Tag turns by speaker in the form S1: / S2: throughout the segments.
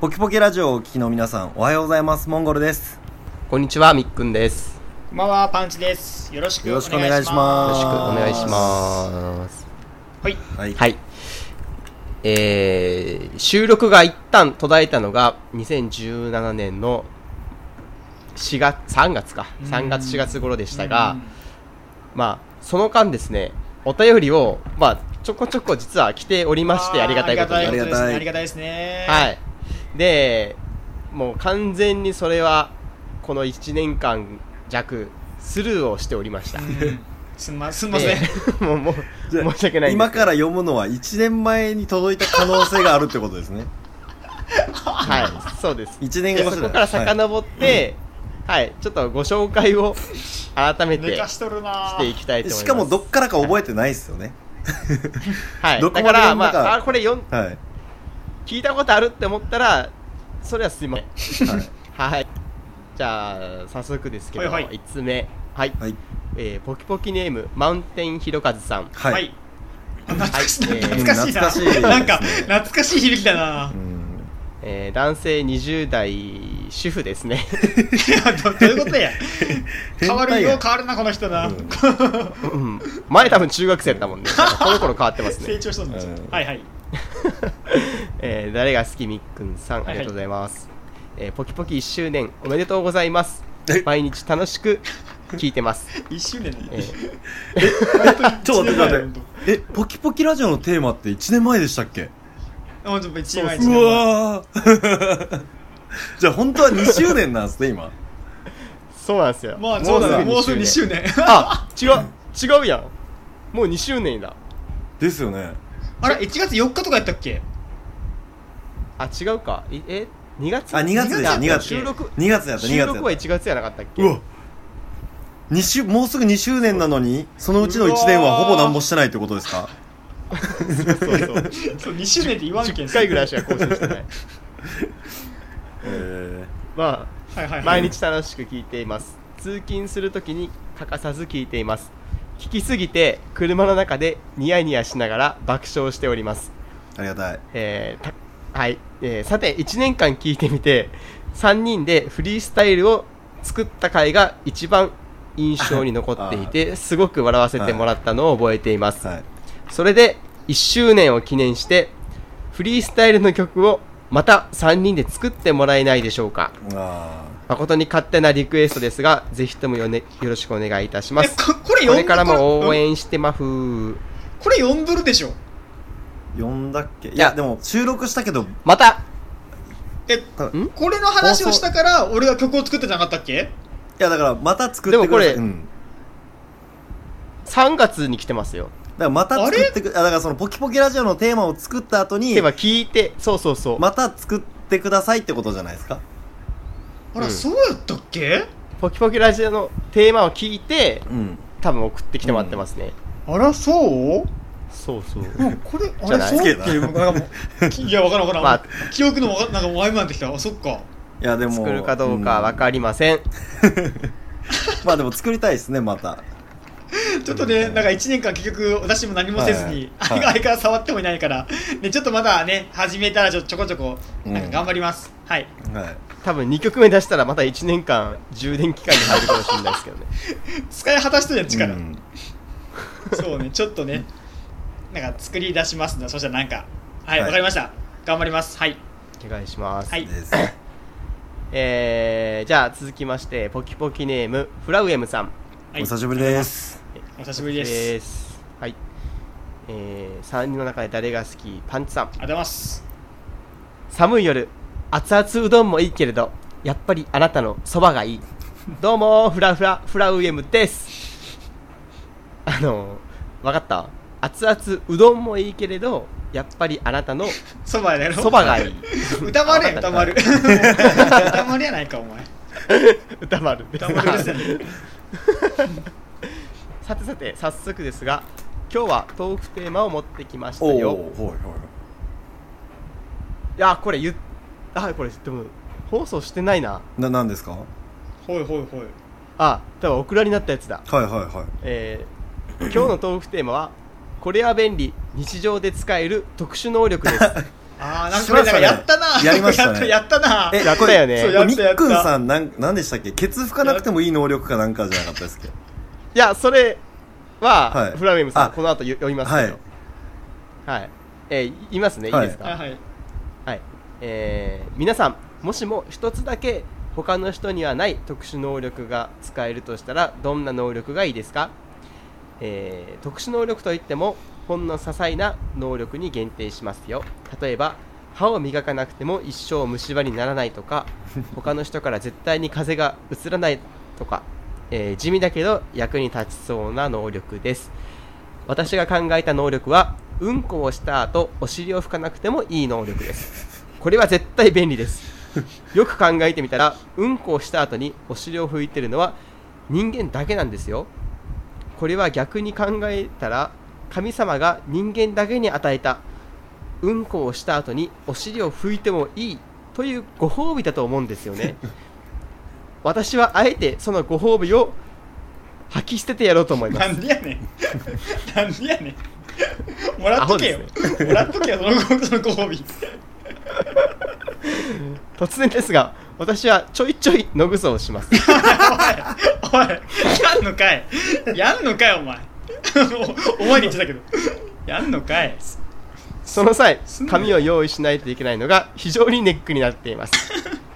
S1: ポキポキラジオをお聞きの皆さん、おはようございます。モンゴルです。
S2: こんにちは、みっくんです。
S3: こんばんは、パンチです。よろしく
S1: よ
S3: お
S1: ろしくお
S3: 願
S1: 願い
S3: い
S1: し
S3: し
S2: よ
S1: ま
S2: ろ
S1: す
S3: ま
S2: し
S3: す。
S2: くお願いします。
S3: はい。
S1: はい。
S2: はい。えー、収録が一旦途絶えたのが、2017年の4月、3月か。3月、4月頃でしたが、まあ、その間ですね、お便りを、まあ、ちょこちょこ実は来ており
S3: い
S2: まして、ありがたいことに。
S3: ありがたいですね。
S1: あ
S3: あ
S1: り
S3: り
S1: が
S3: がたいですね。
S2: はい。で、もう完全にそれは、この1年間弱、スルーをしておりました。
S3: うん。すんま、すんませ ん。
S2: でもう、もう、
S1: じゃあ
S2: 申し訳ないんで
S1: 今
S2: すけ
S1: から読むのは1年前に届いた可能性があるってことですね。
S2: ど。はい、そうです。
S1: 1年
S2: で
S1: 後
S2: そこから
S1: はい
S2: 遡って、はい、ちょっとご紹介を改め
S3: 寝
S2: て
S3: か
S2: し
S3: しとるな
S2: ていきたいと思います。
S1: しかもどっからか覚えてないですよね。
S2: はい、
S1: どこまで
S2: だから、
S1: 読ん
S2: ま
S1: だか
S2: あ、あこれ読ん
S1: はい。はい。
S2: 聞いたことあるって思ったら、それはすいません。 はい。じゃあ、早速ですけど、
S3: はいは
S2: 5
S3: い
S2: つ目。はい。
S1: はい。
S2: えーポキポキネーム、マウンテンひろかずさん。
S1: はい。
S3: はい。懐かしい
S2: はい
S3: 懐かしい
S1: 懐
S3: な。
S1: かしい
S3: なんか、懐かしい響きだな
S1: う。ん
S2: えー男性20代主婦ですね。
S3: いや、どどういうことや。変わるよ、
S1: 変態や
S3: 変わるな、この人な。
S1: うん
S2: うん前多分中学生だったもんね。なんかコロコロ変わってますね
S3: 成。長しとるんですよ
S1: うん
S3: はいはい。
S2: えー誰が好きみっくんさん、
S3: はいはい
S2: ありがとうございます。えーポキポキ1周年おめでとうございます
S1: え。
S2: 毎日楽しく聞いてます。
S3: 一周年
S2: え
S3: で。
S2: ー
S1: ちょっと待って、待って。え、ポキポキラジオのテーマって1年前でしたっけ
S3: もうちょっと一
S1: う
S3: 枚一枚。
S1: わー じゃあ本当は2周年なんですね、今。
S2: そうなんですよ。
S3: まあ、そうだな。もうすぐ2周
S2: 年。
S3: 年。
S2: あ、違う、違うやん。もう2周年だ。
S1: ですよね。
S3: あれ、1月4日とかやったっけ
S2: あ、違うか。いえ、2月
S1: あ、2月でした、2月。
S2: 収録、
S1: 2月やった、2月
S2: 収
S1: やった。
S2: 録は1月やなかったっけ
S1: うわ2週もうすぐ2周年なのにそのうちの1年はほぼ何もしてないってことですか
S2: そうそうそう。
S3: そう、2周年って言わんけん。
S2: 1回ぐらいしか更新してない。
S1: え
S2: まあ、
S3: はいはいはい
S2: 毎日楽しく聞いています通勤するときに欠かさず聞いています聞きすぎて車の中でニヤニヤしながら爆笑しております、
S1: ー、ありがたい
S2: えーたはいえーさて1年間聞いてみて3人でフリースタイルを作った回が一番印象に残っていてすごく笑わせてもらったのを覚えています、
S1: はい
S2: それで1周年を記念してフリースタイルの曲をまた3人で作ってもらえないでしょうか
S1: あ
S2: 誠に勝手なリクエストですが、ぜひともよ,、ね、よろしくお願いいたしま
S3: え
S2: す。こ
S3: ここれ読ん
S2: れからも応援してまふー。
S3: これ読んどるでしょ
S1: ー呼んだっけい
S2: い
S1: や
S2: や
S1: でも収録したけど
S2: また
S3: え
S1: ん
S3: これの話をしたから俺が曲を作ってなかったっけ
S1: いやだからまた作ってください
S2: でもこれ
S1: うん、
S2: 3月に来てますよ。
S1: だからまた作ってくあだからそのポキポキラジオのテーマを作った後に
S2: では聞いて、そうそうそう。
S1: また作ってくださいってことじゃないですか
S3: あら、
S2: うん
S3: そうやったっけ
S2: ポキポキラジオのテーマを聞いて、
S1: うん
S2: 多分送ってきてもらってますね。
S3: あらそう
S2: そうそう。
S3: これあ
S2: じゃ
S3: れ
S2: ない
S3: そうっていうなんかもうきいやわからんわからん、
S2: ま
S3: 記憶のわかなんかもう曖昧になってきたあそっか
S1: いやでも
S2: 作るかどうかわかりません。
S1: うんまあでも作りたいですねまた
S3: ちょっとねなんか1年間結局私も何もせずに、
S1: はいはい
S3: 相変わらず触ってもいないから、ね、ちょっとまだね始めたらちょちょこちょこなんか頑張ります、はい
S1: はい
S2: 多分2曲目出したらまた1年間充電期間に入るかもしれないですけど ね。
S3: 使い果たしてるやん力、
S1: うん
S3: そうね、ちょっとね、なんか作り出しますので、そしたらなんか、はい、
S1: は
S3: わ、
S1: い
S3: かりました。頑張ります。はい。
S2: お願いします。
S3: はい。
S1: です
S2: えー、じゃあ続きまして、ポキポキネーム、フラウエムさん。
S1: お
S3: はい、
S1: 久しぶりです
S3: お久しぶりです。
S2: はい。えー、3人の中で誰が好きパンチさん。
S3: ありがとうございます。
S2: 寒い夜、熱々うどんもいいけれど、やっぱりあなたのそばがいい。どうも、フラフラ、フラウエムです。あのー、わかった熱々うどんもいいけれど、やっぱりあなたの
S3: そばやろ
S2: そばがいい。
S3: 歌丸や、
S2: わか
S3: 歌
S2: った
S3: 丸。歌丸やないか、お前。
S2: 歌丸です
S3: 歌丸 ですよね。
S2: さてさて、早速ですが、今日はトークテーマを持ってきました
S1: おお
S2: よ。
S1: ーはいはい
S2: いや、これ言っ、あ、これ、でも、放送してないな。
S1: な何ですかは
S3: ほいほいほい。
S2: あ、多分オクラになったやつだ。
S1: いはいはい
S2: えー今日のトークテーマは、これは便利、日常で使える特殊能力です。
S3: ああなんかこれなんかやったな
S1: やりましたね
S3: やったやったな
S1: え
S2: やったよね
S1: これみ
S3: そう
S1: っ
S3: やった
S1: くん
S3: やった
S1: さんなんなんでしたっけケツ拭かなくてもいい能力かなんかじゃなかったですっけ
S2: いやそれは、
S1: はい
S2: フラウェムさ
S1: あ
S2: んこの後よ読みます
S1: はい
S2: けどはい、えー言いますねいい
S1: はい
S2: ですか
S3: あはい
S2: はい、えー皆さんもしも一つだけ他の人にはない特殊能力が使えるとしたらどんな能力がいいですか、えー特殊能力といってもほんの些細な能力に限定しますよ例えば歯を磨かなくても一生虫歯にならないとか他の人から絶対に風邪がうつらないとか、えー地味だけど役に立ちそうな能力です私が考えた能力はうんこをした後お尻を拭かなくてもいい能力ですこれは絶対便利 ですよく考えてみたらうんこをした後にお尻を拭いてるのは人間だけなんですよこれは逆に考えたら神様が人間だけに与えたうんこをした後にお尻を拭いてもいいというご褒美だと思うんですよ ね私はあえてそのご褒美を吐き捨ててやろうと思います
S3: なんでやねんなんでやねんもらっとけよ、
S2: アホ
S3: もらっとけよそのごそのご褒美
S2: 突然ですが私はちょいちょいのぐそを します
S3: おいやんのかいやんのかいお前 お前に言ってたけどやんのかい
S2: その際
S3: すんなよ
S2: 紙を用意しないといけないのが非常にネックになっています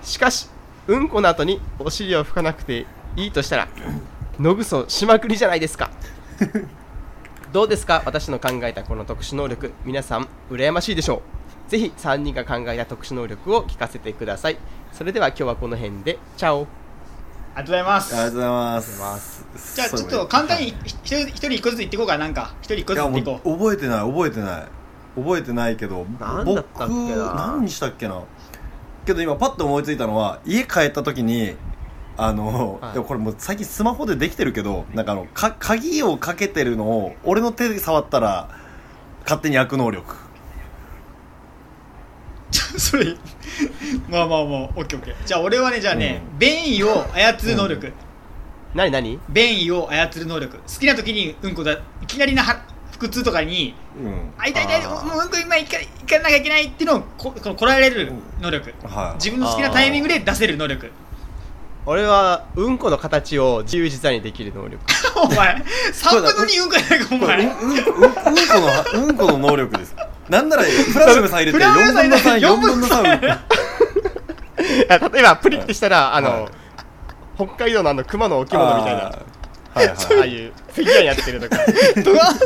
S2: しかしうんこの後にお尻を拭かなくていいと したらのぐそしまくりじゃないですかどうですか私の考えたこの特殊能力皆さん羨ましいでしょうぜひ3人が考えた特殊能力を聞かせてくださいそれでは今日はこの辺でチャオ
S3: ありがとうございます
S1: ありがとうございます
S3: じゃあちょっ
S1: そう
S3: と
S1: ね
S3: 簡単にひ一人一人一個ずつ言っていこうかなんか一人一個
S1: い
S3: ずつ
S1: や
S3: 言っ
S1: も
S3: て
S1: う
S3: いこう
S1: 覚えてない覚えてない覚えてないけど
S2: なんだったっ
S1: 僕
S2: けな
S1: 何にしたっけなけど今パッと思いついたのは家帰った時にあの、
S2: はい
S1: でもこれもう最近スマホでできてるけどなんかあのか鍵をかけてるのを俺の手で触ったら勝手に開く能力
S3: ちょ それまあまあまあオッケーオッケーじゃあ俺はねじゃあね、
S1: う
S3: 便意を操る能力、
S2: 何何
S3: 便意を操る能力好きな時にうんこだいきなりなは腹痛とかに
S1: うん
S3: あ痛い痛い
S2: あー
S3: もううんこ今行か行かなきゃいけないっていうのをここのこらえられる能力、
S1: はい
S3: 自分の好きなタイミングで出せる能力
S2: 俺はうんこの形を自由自在にできる能力
S3: お前3分の2うんこやないかお
S1: これ
S3: 前
S1: うんうんうんうんこのうんこの能力ですなんならフラウェムさん入れて
S3: フラウェ
S1: 4
S3: ムさん
S1: 分
S3: 入
S1: の
S3: れて
S1: 3 4分の3
S2: いや例えばプリってしたら、あの、
S1: はい
S2: 北海道のあの熊の置物みたいな
S1: あー
S2: あ
S1: はいはい
S2: あいうフィギュアやってる とかい
S3: ドガンス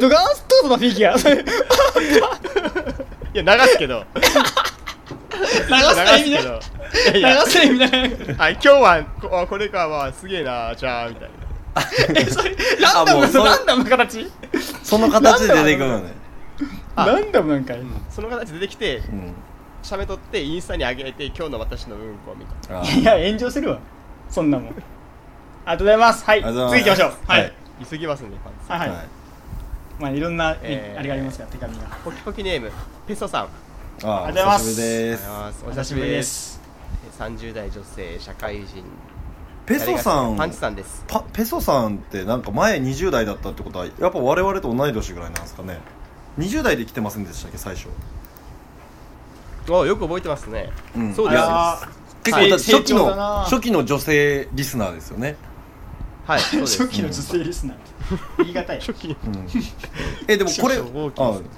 S3: ドガンストートのフィギュアそれ流
S2: や流すけど流
S3: すな意味
S2: す
S3: な
S2: け
S3: い
S2: どいやいや
S3: 流すな意味ない
S2: はい今日はこあこれかはすげえなじゃあみたいな
S3: えそれランダ
S1: あもう
S3: ム
S1: そ
S3: の
S1: れ
S3: ランダムの形
S1: その形で出てくるのね
S2: あ
S3: ランダムなんかい
S2: その形出てきて
S1: うん
S2: しゃべとってインスタに上げて今日の私のうんこみた
S1: あ
S2: い
S3: いや炎上するわそんなもんありがとうございますはい
S1: ありがとうござい
S3: 次行き
S1: ま
S3: ますしょうはい
S2: な急ぎますねパンツ
S3: あはい、
S1: はい
S3: まあいろんな、
S2: えー
S3: あれがありますから手紙が
S2: ポキポキネームペソさん
S1: あ
S3: ありがとうございます
S1: お久しぶりです
S2: あー
S3: お久しぶりです
S2: 30代女性社会人
S1: ペソさん
S2: パンチさんです
S1: パペソさんってなんか前20代だったってことはやっぱ我々と同い年ぐらいなんですかね20代で来てませんでしたっけ最初
S2: およく覚えてますね、
S1: うん
S2: そう
S1: い
S2: です
S1: や
S3: あ
S1: 結
S3: はい
S1: 構私初期
S3: 成長
S1: の
S3: だな
S1: 初期の女性リスナーですよね
S2: はいそう
S3: ー
S2: です
S3: 初期の女性リスナー言い難い
S2: 初期
S1: うんえでもこれあ
S2: 少
S1: うん
S2: 々大きいですね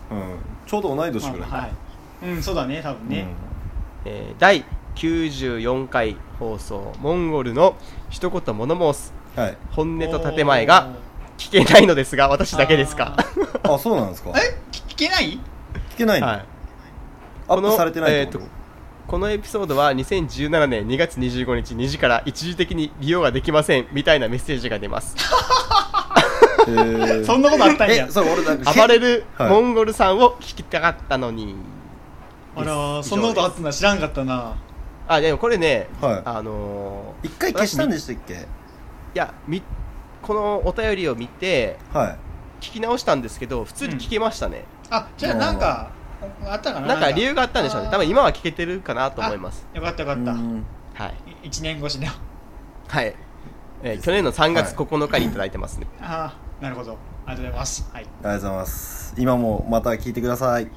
S1: ちょうど同い年ぐらい
S3: まあはいうんそうだね多分ね、
S2: えー第94回放送モンゴルの一言物申す
S1: うんはい
S2: 本音と建前が聞けないのですが私だけですか
S3: あ
S1: あそうなんですか
S3: おーえ聞聞けない
S1: 聞けないの
S2: は
S1: ア
S2: い
S1: ップされてないってこ
S2: この
S1: と
S2: このエピソードは2017年2月25日2時から一時的に利用ができませんみたいなメッセージが 出ます
S1: えー
S3: そんなことあったんや
S1: えそう俺なんか
S2: 暴れる
S1: はい
S2: モンゴルさんを聞きたかったのに、
S3: あらー
S2: です
S3: そんなことあったな知らんかったな
S2: あでもこれね、
S1: はい
S2: あのー
S1: 一回消したんでしたっけ
S2: いやみこのお便りを見て
S1: はい
S2: 聞き直したんですけど普通に聞けましたね、
S3: あじゃあなんかあったかな
S2: なんか理由があったんでしょうね
S3: あー
S2: 多分今は聞けてるかなと思います
S3: あよかったよかった
S1: うん
S2: はい、
S3: い1年越しね
S2: はいえー去年の3月9日にいただいてますね、
S3: ああなるほどありがとうございますは
S1: あ
S3: い
S1: りがとうございます今もまた聞いてください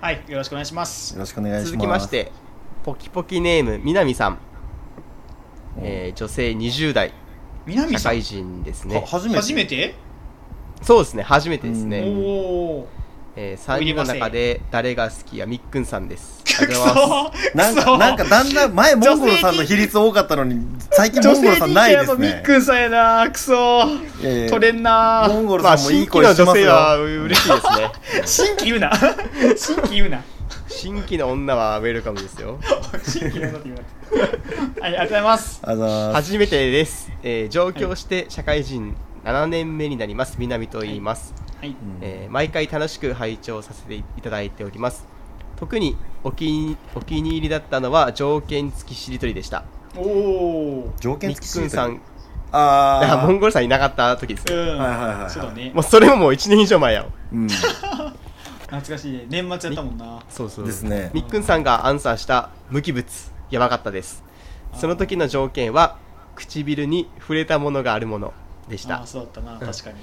S3: はいよろしくお願いします
S1: よろしくお願いします
S2: 続きましてポキポキネームみなみさん、えー女性20代
S3: 南
S2: 社
S3: さん
S2: 会人です
S1: は
S2: ね
S1: 初めて
S3: 初めて
S2: そうですね初めてです
S1: う
S3: お
S1: ん
S2: ね、
S3: おー
S2: えー、3人の中で誰が好きやみっくんさんですあ
S3: く
S2: りが
S3: そ
S2: とうございます
S3: ー
S1: なん
S3: くそ
S1: か
S3: ー
S1: なんかだんだん前モンゴルさんの比率多かったのに最近
S3: 女
S1: モンゴ
S3: 性
S1: ルさん
S3: 人気
S1: な
S3: はいや
S1: で
S3: っぱ
S1: す
S3: みっ
S1: ね
S3: くんさんやなくそー
S1: いやいや
S3: 取れんな
S1: モン
S3: ー
S1: ゴル
S2: ま
S1: さ
S2: あ
S1: んもい
S2: 新
S1: い声
S2: 規の
S1: してます
S2: 女性
S1: よ、
S2: は嬉しいですね
S3: 新規言うな 新規言うな
S2: 新規の女はウェルカムですよ
S3: 新規言うなって言うなはいありがとうございます
S1: あざーす
S2: 初めてです、えー上京して社会人7年目になります南と言います、
S3: はい
S1: うん
S2: えー毎回楽しく拝聴させていただいております特にお気にお気に入りだったのは条件付きしりとりでした
S3: おお
S1: 条
S2: み
S1: 件
S2: っ
S1: 付き
S2: くんさん
S1: あ
S2: あ
S1: あ
S2: モンゴルさんいなかった時です
S3: う
S2: よ
S3: ん
S1: はいはいはい
S3: そうだね
S2: もうそれももう1年以上前やろ
S1: うん
S3: 懐かしいね年末やったもんな
S2: そうそう
S1: ですね
S2: みっくんさんがアンサーした無機物やばかったですその時の条件は唇に触れたものがあるものでし
S3: あ
S2: た
S3: ーそうだったな確かに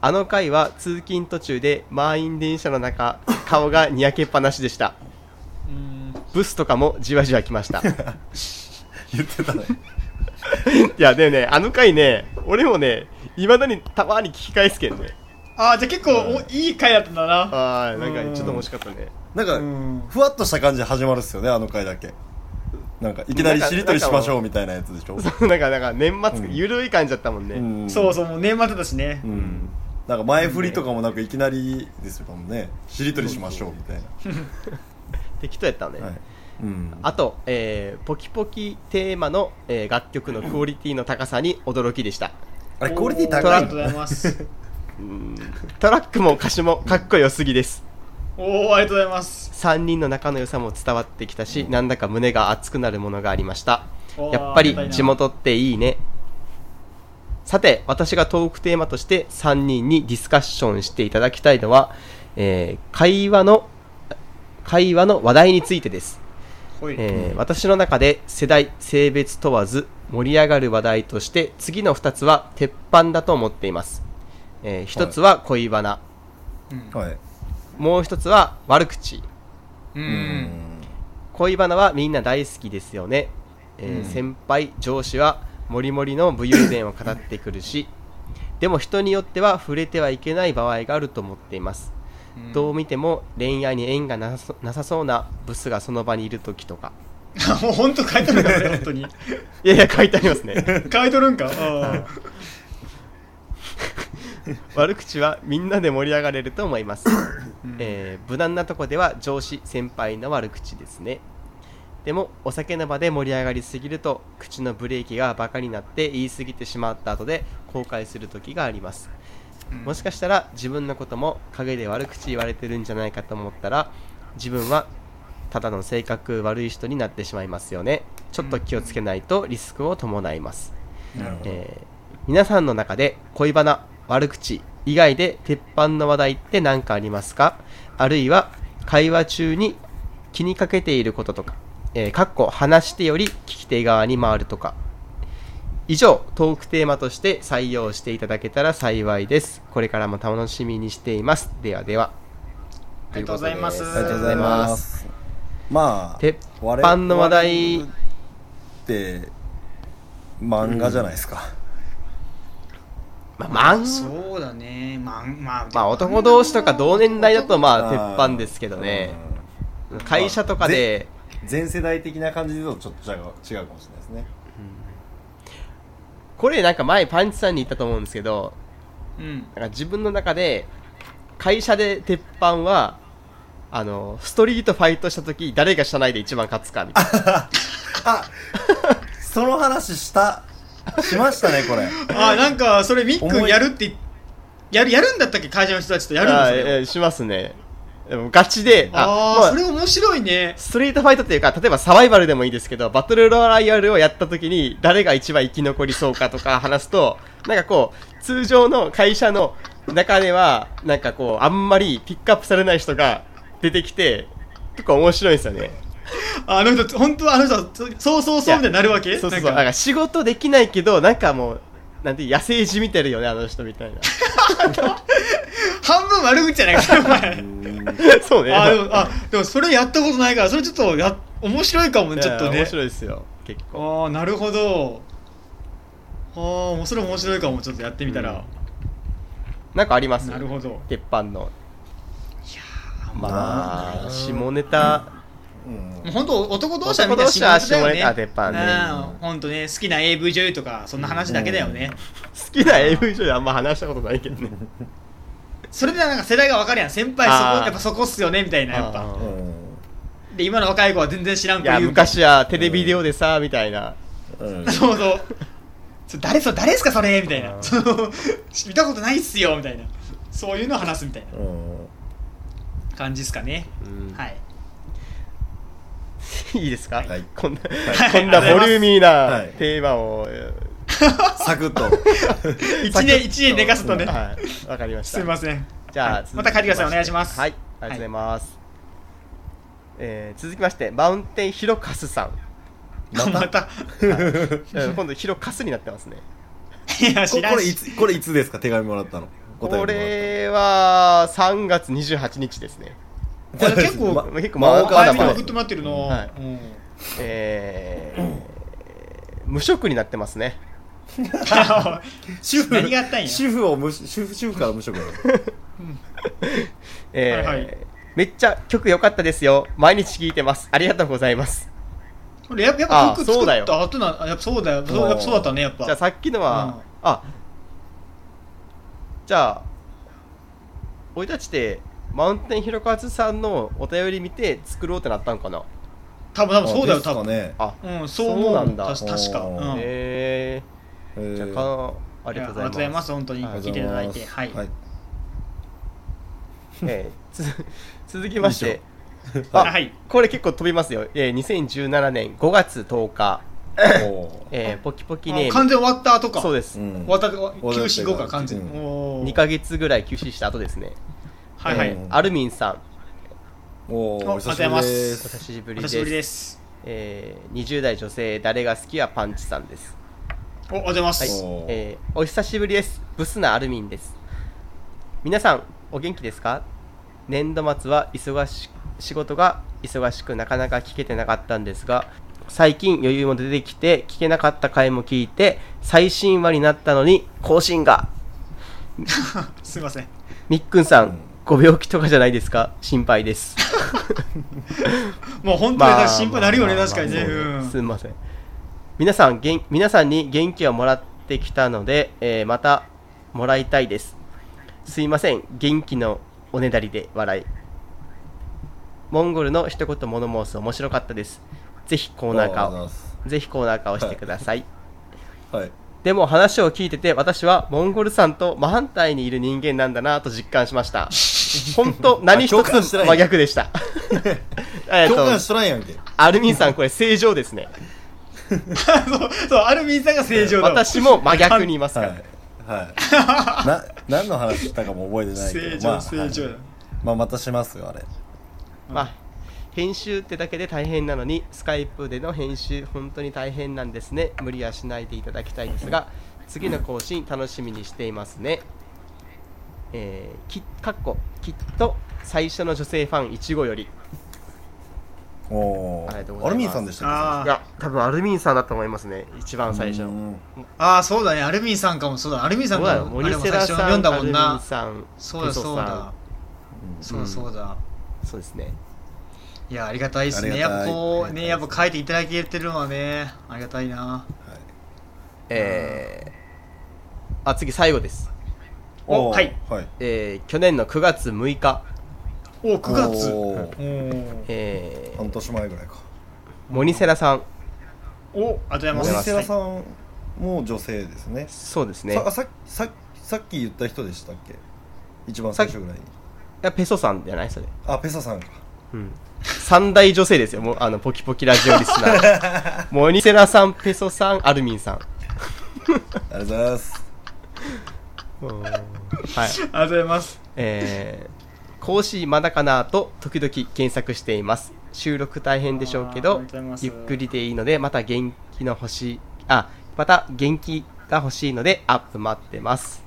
S2: あの回は通勤途中で満員電車の中顔がにやけっぱなしでした
S3: うんうん
S2: ブスとかもじわじわきましたい
S1: 言ってたね
S2: やでもねあの回ね俺もねいまだにたまに聞き返すけんね
S3: ああじゃあ結構おいい回だったんだな
S2: あーなんかちょっと面白かったね
S1: なん
S3: う
S1: か
S3: ん
S1: ふわっとした感じで始まるっすよねあの回だけなんかいきなりしりとりしましょうみたいなやつでしょ
S2: なんかなんか年末、
S1: うん
S2: ゆるい感じだったもんね、
S1: ん
S3: そうそうもう年末だしね
S1: うんなんか前振りとかもなくいきなりですよねしりとりしましょうみたい
S2: 適当やったね、
S1: なはいうん
S2: あと、えーポキポキテーマの、えー楽曲のクオリティの高さに驚き でした
S1: あれクオリティ
S3: おー
S1: 高
S3: あ
S1: い
S3: りがとうございます
S2: トラックも歌詞もかっこよすぎです
S3: おおありがとうございます
S2: 3人の仲の良さも伝わってきたし、なんだか胸が熱くなるものがありました
S3: おー
S2: やっぱり
S3: あがたいな
S2: 地元っていいねさて私がトークテーマとして3人にディスカッションしていただきたいのは、えー会話の会話の話題についてです
S3: ほい
S2: えー私の中で世代性別問わず盛り上がる話題として次の2つは鉄板だと思っています、え1つは恋バナ、
S3: うん
S1: はい
S2: もう1つは悪口
S1: う
S3: う
S1: ん
S2: 恋バナはみんな大好きですよね、えー
S1: うん
S2: 先輩上司はモリモリの武勇伝を語ってくるしでも人によっては触れてはいけない場合があると思っていますどう見ても恋愛に縁がなさそなさそうなブスがその場にいる時とか
S3: もう本当書いとるんか俺本当に
S2: いやいや書いてありますね
S3: 書いとるんかあ
S2: 悪口はみんなで盛り上がれると思います、えー無難なとこでは上司先輩の悪口ですねでもお酒の場で盛り上がりすぎると口のブレーキがバカになって言い過ぎてしまった後で後悔する時がありますもしかしたら自分のことも陰で悪口言われてるんじゃないかと思ったら自分はただの性格悪い人になってしまいますよねちょっと気をつけないとリスクを伴います
S3: なるほ
S2: えー皆さんの中で恋バナ悪口以外で鉄板の話題って何かありますかあるいは会話中に気にかけていることとか、えーかっこ話してより聞き手側に回るとか以上トークテーマとして採用していただけたら幸いですこれからも楽しみにしていますではでは
S3: ありがとうございます
S2: と
S1: ありがとうございますまあ
S2: 鉄板の話題
S1: 我々って漫画じゃないですか、
S2: まあ、漫画
S3: そうだねまあまあ
S2: まあ男同士とか同年代だとまあ鉄
S1: あー
S2: 板ですけどね会社とかで、
S1: うん全世代的な感じで言うとちょっと違う違うかもしれないですね
S2: これなんか前パンチさんに言ったと思うんですけど
S3: う
S2: な
S3: ん
S2: んか自分の中で会社で鉄板はあのストリートファイトした時誰が社内で一番勝つかみたいな
S1: あその話したしましたねこれ
S3: あなんかそれみっくんやるってやるやるんだったっけ会社の人たちとやるん
S2: あ
S3: です
S2: ええしますねでもガチで
S3: あ
S2: ま
S3: あーそれ面白いね
S2: ストリートファイトっていうか例えばサバイバルでもいいですけどバトルロワイヤルをやった時に誰が一番生き残りそうかとか話すと なんかこう通常の会社の中ではなんかこうあんまりピックアップされない人が出てきて結構面白いんですよね
S3: あの人本当はあの人そうそうそうみたいになるわけ
S2: そうそうそうな
S3: な
S2: んん
S3: か
S2: か仕事できないけどなんかもうなんて野生児見てるよねあの人みたいな
S3: 半分悪口じゃないかお前
S1: うんに。
S2: そうね
S3: あでもあでもそれやったことないからそれちょっとや面白いかもねちょっと
S2: いや
S3: ね
S2: 面白いですよ結構
S3: ああなるほどああそれ面白いかもちょっとやってみたら、
S2: なんかあります
S3: なるほど
S2: 鉄板の
S1: なんだ
S2: ま
S1: ろう
S2: あ
S1: な
S2: 下ネタ
S1: うん
S3: もう本当男同士はみんな
S2: 男同士は下ネタ
S3: だよね
S2: 鉄板ね
S3: うん本当ね好きな AV 女優とかそんな話だけだよね、
S2: 好きな AV 女優あんま話したことないけどね
S3: それでなんか世代が分かるやん先輩
S2: あ
S3: そ
S2: ー
S3: こやっぱそこっすよねみたいなやっ
S2: あ
S3: ぱ
S1: う
S2: ー
S1: ん。
S3: で今の若い子は全然知らん
S2: い
S3: 子
S2: や
S3: 言う
S2: 昔はテレビデオでさみたいな
S1: うん。
S3: そうそうそれ誰それ誰ですかそれみたい
S2: あ
S3: な
S2: ー
S3: その見たことないっすよみたいなそういうのを話すみたい
S1: うん。
S3: な感じですかね、
S2: うん
S3: はい
S2: いいですか、
S1: はい
S2: こんな、
S3: い
S2: こんなボリューミー
S1: は
S2: ないテーマを、
S1: サクッと。
S3: 1年一年寝かすとね、
S2: はい、わかりました。
S3: すいません
S2: じゃあ、
S3: はい
S2: 続き
S3: また帰ってくださいお願いします
S2: はい、ありがとうございます。えー続きまして、マウンテンヒロカスさん。
S1: また
S3: ま た
S2: うん今度、ヒロカスになってますね。
S3: いや
S1: こ
S3: 知ら
S1: こ
S3: ん
S1: れい
S3: し
S1: つ、これいつですか手紙もらったの。
S2: こ
S1: もらった
S2: れは、3月28日ですね。
S3: あ結構
S1: ま
S2: 結構、
S1: まあ
S2: まあ、ま
S3: 前
S2: だ
S3: 見て
S2: まだ
S3: 送ってもらってるの、
S2: はい
S3: うん
S2: えー無職になってますね。
S1: 主婦。
S3: 何があったんや
S1: 主婦を無し、主婦、主婦から無職なの。
S2: えー
S3: はいはい
S2: めっちゃ曲良かったですよ。毎日聴いてます。ありがとうございます。
S3: これやっぱやっぱ
S2: あ
S3: 服
S2: そうだ
S3: 作
S2: よ
S3: った後なあやっぱそうだよそうやっぱそうだったねやっぱ
S2: じゃあさっきのは、
S3: うん
S2: あじゃあ俺たちってマウンテンヒロカツさんのお便り見て作ろうってなったんかな
S3: 多分多分そうだよ
S1: ですか
S3: 多分、
S1: ね。
S2: あ
S3: うんそう思う
S2: そうなんだ
S3: たし確か、
S1: お
S3: うん
S1: ー、
S2: へ
S1: え
S2: えじゃあ
S1: ー
S2: かありがとうございます
S3: 本当に
S2: はい
S3: 聞いていただいてはい、
S1: はい。
S2: えーつ 続きましてあ、
S3: はい
S2: これ結構飛びますよ、えー、2017年5月10日、
S1: おー
S2: えー、ポキポキ
S3: あ
S2: ネー
S3: 完
S2: ム
S3: 全終わった後か
S2: そうです、
S1: うん
S3: 終わったわ
S1: 終わ
S3: 休
S1: った
S3: 止後か完全に、
S1: うん
S3: おー
S2: 2ヶ月ぐらい休止した後ですね
S3: はいはい、
S2: え
S1: うん
S2: ーアルミンさん
S1: おー
S3: お
S1: お久しぶりで
S2: お
S1: す。
S2: 久しぶ
S3: お
S2: り
S3: 久
S2: で
S3: しぶり
S2: す
S3: です
S2: えー、20代女性誰が好きはパンチさんです、
S3: おおはようございま
S2: はい
S3: す、
S1: おー
S2: えーお久しぶりですブスなアルミンです皆さんお元気ですか年度末は忙し仕事が忙しくなかなか聞けてなかったんですが最近余裕も出てきて聞けなかった回も聞いて最新話になったのに更新が
S3: すいません
S2: みっくんさん、
S1: うん
S2: ご病気とかじゃないですか心配です
S3: もう本当
S2: まあ
S3: にだから心配なるよね、
S2: まあ
S3: 確かにね、
S2: まあまあ
S3: うん
S2: すみません皆さんげん皆さんに元気をもらってきたので、えーまたもらいたいですすいません元気のおねだりで笑いモンゴルの一言物申す面白かったですぜひコーナー
S1: おありがとうございま
S2: 化
S1: す
S2: をぜひコーナー化をしてください
S1: はい。
S2: でも話を聞いてて私はモンゴルさんと真反対にいる人間なんだなと実感しました 本当何一
S1: あ共感し
S2: つ
S1: てない
S2: 真逆でした えー
S1: 共
S2: と
S1: 感しとらんやんけ。
S2: アルミンさんこれ正常です ね
S3: そうそうアルミンさんが正常だわ
S2: 私も真逆にいますか
S1: は
S2: ら、
S1: い。はい。な、 何の話したかも覚えてないけど。
S3: 正
S1: ま
S3: 常
S1: あ
S3: 正常
S1: は
S3: だ
S1: いまあ、またしますよ、あれ。
S2: まあ編集ってだけで大変なのにスカイプでの編集本当に大変なんですね無理はしないでいただきたいですが次の更新楽しみにしていますねえー、きかっこきっと最初の女性ファン1号より
S1: お
S2: ありがとう
S1: ー。
S2: ございます
S1: アルミンさんでしたっけ
S3: あ
S2: い
S3: ー
S2: や多分アルミンさんだと思いますね一番最初
S1: う
S2: ど
S1: ん
S3: あーそうだねアルミンさんかもそうだアルミンさん
S2: う
S3: もあ
S2: だ
S3: れ
S2: ろう
S3: も
S2: 森
S3: 最
S2: 瀬
S3: 初
S2: 田
S3: に
S2: さん
S3: 読んだも
S2: ア
S3: ん
S2: ルミ
S3: な
S2: ンさん
S3: そうだ
S2: テソさん
S3: そうだそううんそうだ、
S2: そうですね
S3: いやありがたいですね
S1: あり
S3: や
S1: が
S3: った
S1: い
S3: ぱこう
S1: あ
S3: ね
S1: り
S3: や
S1: が
S3: った
S1: い
S3: ぱ書いていただけてるのはねありがたいな
S2: えー、あ次最後です
S3: お
S1: ー
S3: はい。
S1: はい。
S2: えー去年の9月6日、
S3: お9月お
S1: おー
S3: ー
S2: えー
S1: 半年前ぐらいか。
S2: モニセラさん、
S3: おありがとうご
S1: 森
S3: ざいます
S1: 瀬さんも女性ですね。
S2: そうですね
S1: さ、あさささっき言った人でしたっけ一番最初ぐらいに。
S2: いやペソさんじゃないそれ、
S1: あ、ペサさんか。
S2: うん、三大女性ですよ、もうあのポキポキラジオリスナー、 モニセラさん、ペソさん、アルミンさん、
S1: ありがとうございます。
S2: はい
S3: ありがとうございます
S2: えー、講師まだかなと時々検索しています。収録大変でしょうけど
S3: あーありがとうございま、す
S2: ゆっくりでいいので、また元気の欲しい、あ、また元気が欲しいので、アップ待ってます。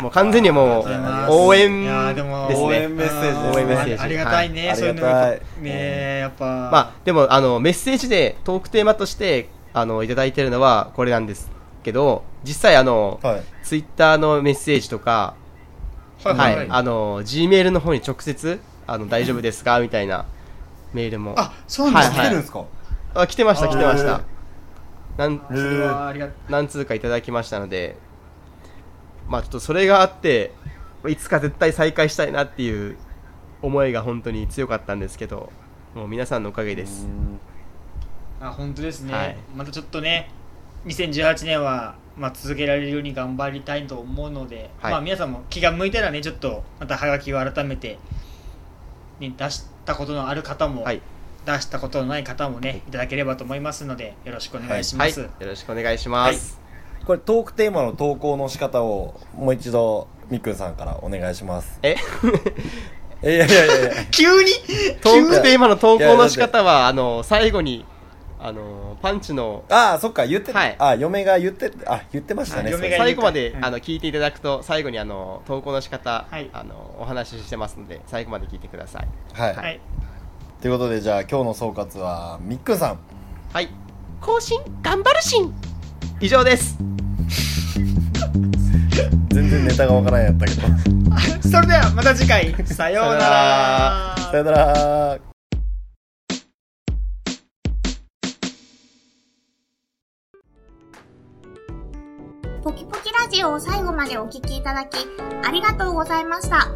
S2: もう完全にもう
S1: ありがとうございます
S2: 応援
S3: いやーでも
S2: です
S1: 応
S2: ね
S1: 援メッセージです
S2: 応援メッセージ
S3: ありがたいね、
S1: はい
S3: そういう
S1: あ
S3: の
S1: りがたい
S3: ねやっぱ
S2: まあでもあのメッセージでトークテーマとしてあのいただいてるのはこれなんですけど実際あの、
S1: はい
S2: ツイッターのメッセージとか、
S3: はい
S2: は
S3: はいいはい
S2: あの G メールの方に直接あの大丈夫ですかみたいなメールも
S3: あそうなんですね、
S1: 来
S2: はいは
S1: て
S2: い
S1: るんですか
S2: あ来てました来てまし
S1: あ
S2: たなん
S1: へ
S3: それは
S1: ー
S3: ありが
S2: 何通かいただきましたのでまあちょっとそれがあっていつか絶対再開したいなっていう思いが本当に強かったんですけどもう皆さんのおかげです
S3: あ本当ですね、
S2: はい
S3: またちょっとね2018年は、まあ、続けられるように頑張りたいと思うので、
S2: はい
S3: まあ、皆さんも気が向いたらねちょっとまたハガキを改めて、ね、出したことのある方も、
S2: はい、
S3: 出したことのない方もねいただければと思いますのでよろしくお願いしま
S2: はい、
S3: す、
S2: よろしくお願いします、
S1: これトークテーマの投稿の仕方をもう一度みっくんさんからお願いします
S2: え
S1: えいやいやい やいや
S3: 急に
S2: トークテーマの投稿の仕
S1: いやいやだ
S2: 方はあの最後にあのパンチの
S1: ああそっか言って、
S2: はい
S1: あ嫁が言ってあ言ってましたね
S3: あ
S1: それ
S3: 嫁が
S2: 最後まで、
S3: はい
S2: あの聞いていただくと最後にあの投稿の仕方、
S3: はい
S2: あのお話ししてますので最後まで聞いてください
S1: はい、
S3: はい
S1: ということでじゃあ今日の総括はみっくんさん
S2: はい更新頑張るしん以上です
S1: 全然ネタがわからんやったけど
S3: それではまた次回さようなら
S1: さよなら
S4: ポキポキラジオを最後までお聞きいただき、ありがとうございました。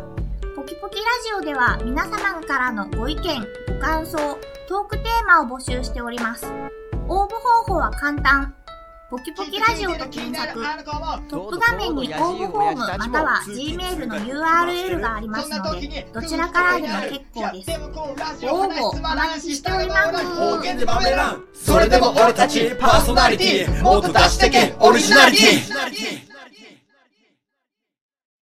S4: ポキポキラジオでは皆様からのご意見、ご感想、トークテーマを募集しております。応募方法は簡単。ポキポキラジオと検索、トップ画面に応募フォームまたは Gmail の URL がありますので、どちらからでも結構です。ご応募お待ちしております。
S5: それでも俺たちパーソナリティもっと出してけオリジナリティ